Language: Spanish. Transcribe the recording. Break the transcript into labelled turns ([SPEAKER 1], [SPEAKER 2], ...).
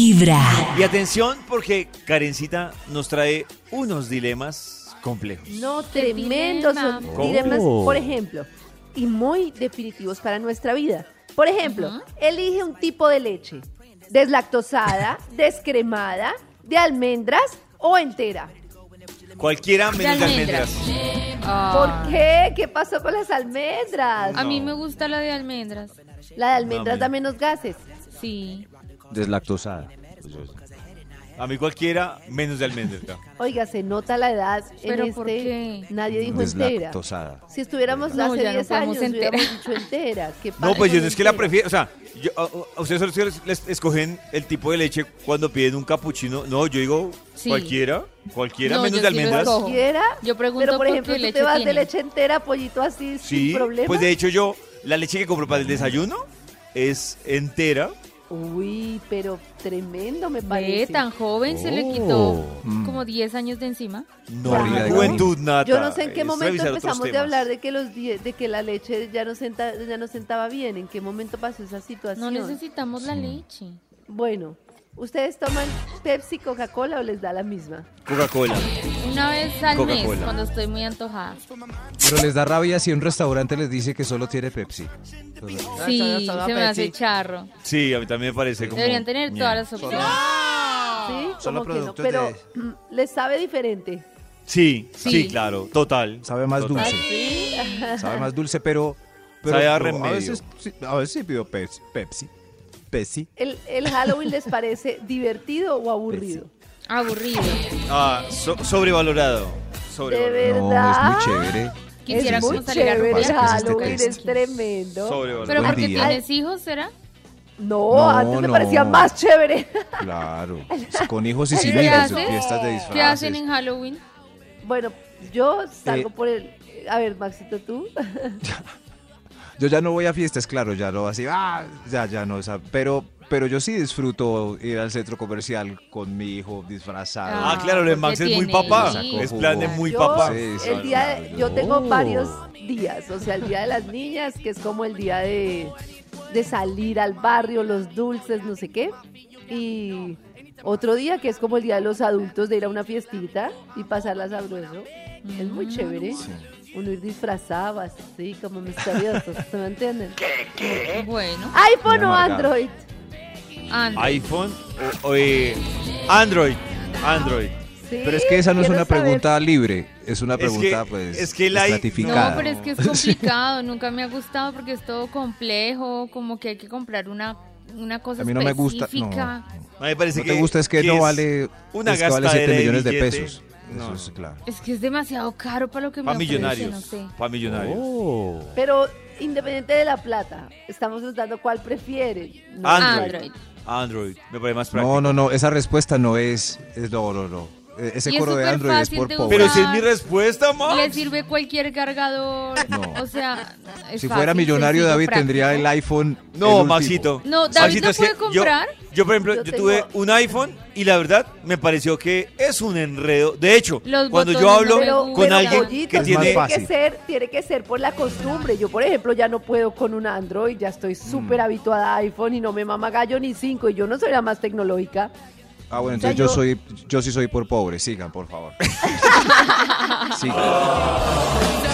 [SPEAKER 1] Vibra.
[SPEAKER 2] Y atención porque Karencita nos trae unos dilemas complejos.
[SPEAKER 3] No, tremendos son
[SPEAKER 4] dilema.
[SPEAKER 2] ¿Cómo?
[SPEAKER 3] dilemas, por ejemplo, y muy definitivos para nuestra vida. Por ejemplo, elige un tipo de leche, deslactosada, descremada, de almendras o entera.
[SPEAKER 2] Cualquiera menos de
[SPEAKER 4] almendras.
[SPEAKER 2] almendras.
[SPEAKER 4] Ah.
[SPEAKER 3] ¿Por qué? ¿Qué pasó con las almendras?
[SPEAKER 4] A mí
[SPEAKER 2] No.
[SPEAKER 4] me gusta la de almendras.
[SPEAKER 3] La de almendras
[SPEAKER 2] Mami.
[SPEAKER 3] da menos gases.
[SPEAKER 4] Sí.
[SPEAKER 5] Deslactosada.
[SPEAKER 2] A mí cualquiera menos de almendras.
[SPEAKER 3] Oiga, se nota la edad en
[SPEAKER 4] ¿Pero
[SPEAKER 3] este.
[SPEAKER 4] por qué?
[SPEAKER 3] Nadie dijo entera.
[SPEAKER 5] Deslactosada.
[SPEAKER 3] Si estuviéramos
[SPEAKER 4] No,
[SPEAKER 3] hace
[SPEAKER 4] ya no
[SPEAKER 3] 10 años,
[SPEAKER 4] podemos
[SPEAKER 3] hubiéramos
[SPEAKER 4] entera.
[SPEAKER 3] dicho entera. ¿Qué
[SPEAKER 2] No,
[SPEAKER 3] pasa
[SPEAKER 2] pues yo
[SPEAKER 3] con
[SPEAKER 2] no es que la
[SPEAKER 3] entera?
[SPEAKER 2] prefiero. O sea, yo- a, a ustedes solo les, les escogen el tipo de leche cuando piden un capuchino. No, yo digo
[SPEAKER 4] Sí.
[SPEAKER 2] cualquiera, cualquiera
[SPEAKER 4] No,
[SPEAKER 2] menos de
[SPEAKER 4] yo sí lo
[SPEAKER 2] almendras.
[SPEAKER 4] escojo.
[SPEAKER 3] Quiera,
[SPEAKER 4] Yo pregunto
[SPEAKER 3] pero por
[SPEAKER 4] por
[SPEAKER 3] ejemplo,
[SPEAKER 4] qué
[SPEAKER 3] tú te
[SPEAKER 4] leche
[SPEAKER 3] vas de
[SPEAKER 4] tiene.
[SPEAKER 3] leche entera, pollito así,
[SPEAKER 2] Sí,
[SPEAKER 3] sin problema.
[SPEAKER 2] pues de hecho yo, la leche que compro para el desayuno es entera.
[SPEAKER 3] Uy, pero tremendo me
[SPEAKER 4] Ve,
[SPEAKER 3] parece.
[SPEAKER 4] tan joven se le
[SPEAKER 5] Oh.
[SPEAKER 4] quitó
[SPEAKER 5] Mm.
[SPEAKER 4] como 10 años de encima.
[SPEAKER 2] No,
[SPEAKER 3] Barriga
[SPEAKER 5] de
[SPEAKER 2] juventud nata.
[SPEAKER 3] Yo no sé en qué
[SPEAKER 2] Es
[SPEAKER 3] momento
[SPEAKER 2] revisar otros
[SPEAKER 3] empezamos de
[SPEAKER 2] temas.
[SPEAKER 3] hablar de que los die- de que la leche ya no senta, ya no sentaba bien, en qué momento pasó esa
[SPEAKER 4] No
[SPEAKER 3] situación.
[SPEAKER 4] necesitamos la leche.
[SPEAKER 3] Bueno, ustedes toman Pepsi, Coca-Cola o les da la misma.
[SPEAKER 2] Coca-Cola.
[SPEAKER 4] Una vez al mes,
[SPEAKER 2] Coca-Cola.
[SPEAKER 4] cuando estoy muy antojada.
[SPEAKER 5] Pero les da rabia si un restaurante les dice que solo tiene Pepsi. Entonces,
[SPEAKER 4] Sí, se me hace charro.
[SPEAKER 2] Sí, a mí también me parece como...
[SPEAKER 4] Deberían tener
[SPEAKER 2] ñe.
[SPEAKER 4] todas las opciones.
[SPEAKER 3] Sí,
[SPEAKER 4] Ah.
[SPEAKER 5] Solo
[SPEAKER 3] como que no,
[SPEAKER 5] productos
[SPEAKER 3] pero
[SPEAKER 5] de-
[SPEAKER 3] mm, les sabe diferente.
[SPEAKER 2] Sí, sí,
[SPEAKER 4] Sí.
[SPEAKER 2] claro, total.
[SPEAKER 5] Sabe más
[SPEAKER 2] Total.
[SPEAKER 5] dulce. Sabe más dulce, pero. pero
[SPEAKER 2] Sabe a
[SPEAKER 5] no,
[SPEAKER 2] remedio.
[SPEAKER 5] veces, sí- a veces sí pido Pepsi. Pepsi. Pepsi.
[SPEAKER 3] ¿El, el Halloween les parece divertido o aburrido?
[SPEAKER 4] Aburrido.
[SPEAKER 2] Ah, so- sobrevalorado.
[SPEAKER 3] De
[SPEAKER 2] Sobrevalorado.
[SPEAKER 3] ver-
[SPEAKER 5] No,
[SPEAKER 3] ¿Verdad?
[SPEAKER 5] es muy chévere.
[SPEAKER 4] Quisiera
[SPEAKER 3] es
[SPEAKER 4] como
[SPEAKER 3] muy
[SPEAKER 4] salir a
[SPEAKER 3] chévere
[SPEAKER 4] robar.
[SPEAKER 3] el
[SPEAKER 5] Pues, pues, este
[SPEAKER 3] Halloween,
[SPEAKER 5] texto.
[SPEAKER 3] es tremendo.
[SPEAKER 2] Sobrevalorado.
[SPEAKER 4] Pero
[SPEAKER 5] Buen
[SPEAKER 4] porque
[SPEAKER 5] día.
[SPEAKER 4] tienes hijos, ¿será?
[SPEAKER 3] No,
[SPEAKER 5] No,
[SPEAKER 3] antes me
[SPEAKER 5] no.
[SPEAKER 3] parecía más chévere.
[SPEAKER 5] Claro. Con hijos y
[SPEAKER 4] ¿Qué
[SPEAKER 5] sin hijos.
[SPEAKER 4] hacen?
[SPEAKER 5] Fiestas de disfraces.
[SPEAKER 4] ¿Qué hacen en Halloween?
[SPEAKER 3] Bueno, yo salgo
[SPEAKER 5] Eh.
[SPEAKER 3] por el... A ver, Maxito, tú.
[SPEAKER 5] Yo ya no voy a fiestas, claro, ya no así, ah, ya, ya no, o sea, pero, pero yo sí disfruto ir al centro comercial con mi hijo disfrazado.
[SPEAKER 2] Ah, claro, lo de
[SPEAKER 4] porque
[SPEAKER 2] Max es muy
[SPEAKER 4] tiene
[SPEAKER 2] papá.
[SPEAKER 5] hijos.
[SPEAKER 2] Es plan de muy
[SPEAKER 3] yo,
[SPEAKER 2] papá.
[SPEAKER 5] Sí, sí,
[SPEAKER 3] el día de-
[SPEAKER 5] claro.
[SPEAKER 3] yo tengo
[SPEAKER 5] Oh.
[SPEAKER 3] varios días, o sea, el día de las niñas, que es como el día de, de salir al barrio, los dulces, no sé qué. Y otro día que es como el día de los adultos, de ir a una fiestita y pasarla sabroso. Es
[SPEAKER 5] Mm.
[SPEAKER 3] muy chévere. Uno ir disfrazado, así como misterioso, ¿se me entienden? Eh.
[SPEAKER 4] Bueno,
[SPEAKER 3] iPhone
[SPEAKER 5] Muy
[SPEAKER 3] o
[SPEAKER 5] amargado.
[SPEAKER 3] Android.
[SPEAKER 4] ando.
[SPEAKER 2] iPhone o, o, eh, Android. Android.
[SPEAKER 3] Sí,
[SPEAKER 5] Pero es que esa no es
[SPEAKER 3] quiero
[SPEAKER 5] una
[SPEAKER 3] saber.
[SPEAKER 5] pregunta libre, es una
[SPEAKER 2] Es que-
[SPEAKER 5] pregunta pues
[SPEAKER 2] es que la-
[SPEAKER 5] estratificada.
[SPEAKER 4] No, pero es que es complicado, nunca me ha gustado porque es todo complejo, como que hay que comprar una, una cosa
[SPEAKER 5] a mí no me gusta, no,
[SPEAKER 4] específica.
[SPEAKER 2] A mí me parece
[SPEAKER 5] no
[SPEAKER 2] que
[SPEAKER 5] te gusta es que, no vale,
[SPEAKER 2] una
[SPEAKER 5] es que vale 7
[SPEAKER 2] gastadera de
[SPEAKER 5] millones de
[SPEAKER 2] billete.
[SPEAKER 5] pesos.
[SPEAKER 2] No.
[SPEAKER 5] Eso es claro.
[SPEAKER 4] Es que es demasiado caro para lo que me
[SPEAKER 2] Para
[SPEAKER 4] ofrece,
[SPEAKER 2] millonarios.
[SPEAKER 4] no sé.
[SPEAKER 2] Para millonarios.
[SPEAKER 5] Oh.
[SPEAKER 3] Pero independiente de la plata, estamos preguntando cuál prefieren. No,
[SPEAKER 2] Android.
[SPEAKER 4] Android.
[SPEAKER 2] Android. Me parece más práctico.
[SPEAKER 5] No, no, no, esa respuesta no es, es no, no, no. E- Ese
[SPEAKER 4] Y es
[SPEAKER 5] coro de
[SPEAKER 4] súper
[SPEAKER 5] Android es
[SPEAKER 4] fácil
[SPEAKER 5] por
[SPEAKER 4] de
[SPEAKER 5] pobre.
[SPEAKER 2] Pero si es mi respuesta, Max.
[SPEAKER 4] Le sirve cualquier cargador,
[SPEAKER 5] No.
[SPEAKER 4] o sea, es
[SPEAKER 5] si fuera
[SPEAKER 4] fácil,
[SPEAKER 5] millonario,
[SPEAKER 4] sencillo,
[SPEAKER 5] David tendría el
[SPEAKER 4] práctico.
[SPEAKER 5] iPhone. el
[SPEAKER 2] No,
[SPEAKER 5] último.
[SPEAKER 2] Maxito.
[SPEAKER 4] No, David
[SPEAKER 2] Maxito,
[SPEAKER 4] no
[SPEAKER 2] es que
[SPEAKER 4] puede
[SPEAKER 2] yo-
[SPEAKER 4] comprar.
[SPEAKER 2] Yo, por ejemplo,
[SPEAKER 3] Yo
[SPEAKER 2] yo,
[SPEAKER 3] tengo-
[SPEAKER 2] tuve un iPhone y la verdad me pareció que es un enredo. De hecho,
[SPEAKER 4] Los
[SPEAKER 2] cuando yo
[SPEAKER 4] botones no
[SPEAKER 2] hablo
[SPEAKER 4] me
[SPEAKER 3] pero,
[SPEAKER 2] con
[SPEAKER 4] gustan.
[SPEAKER 3] pero,
[SPEAKER 2] alguien
[SPEAKER 3] pollito,
[SPEAKER 2] que
[SPEAKER 5] Es más
[SPEAKER 2] tiene...
[SPEAKER 3] tiene que
[SPEAKER 5] fácil.
[SPEAKER 3] ser tiene que ser por la costumbre yo por ejemplo ya no puedo con un Android ya estoy
[SPEAKER 5] Mm.
[SPEAKER 3] súper habituada a iPhone y no me mama gallo ni 5 y yo no soy la más tecnológica
[SPEAKER 5] Ah, bueno,
[SPEAKER 3] O sea,
[SPEAKER 5] entonces yo
[SPEAKER 3] yo-
[SPEAKER 5] soy, yo sí soy por pobre. Sigan, por favor. Sigan.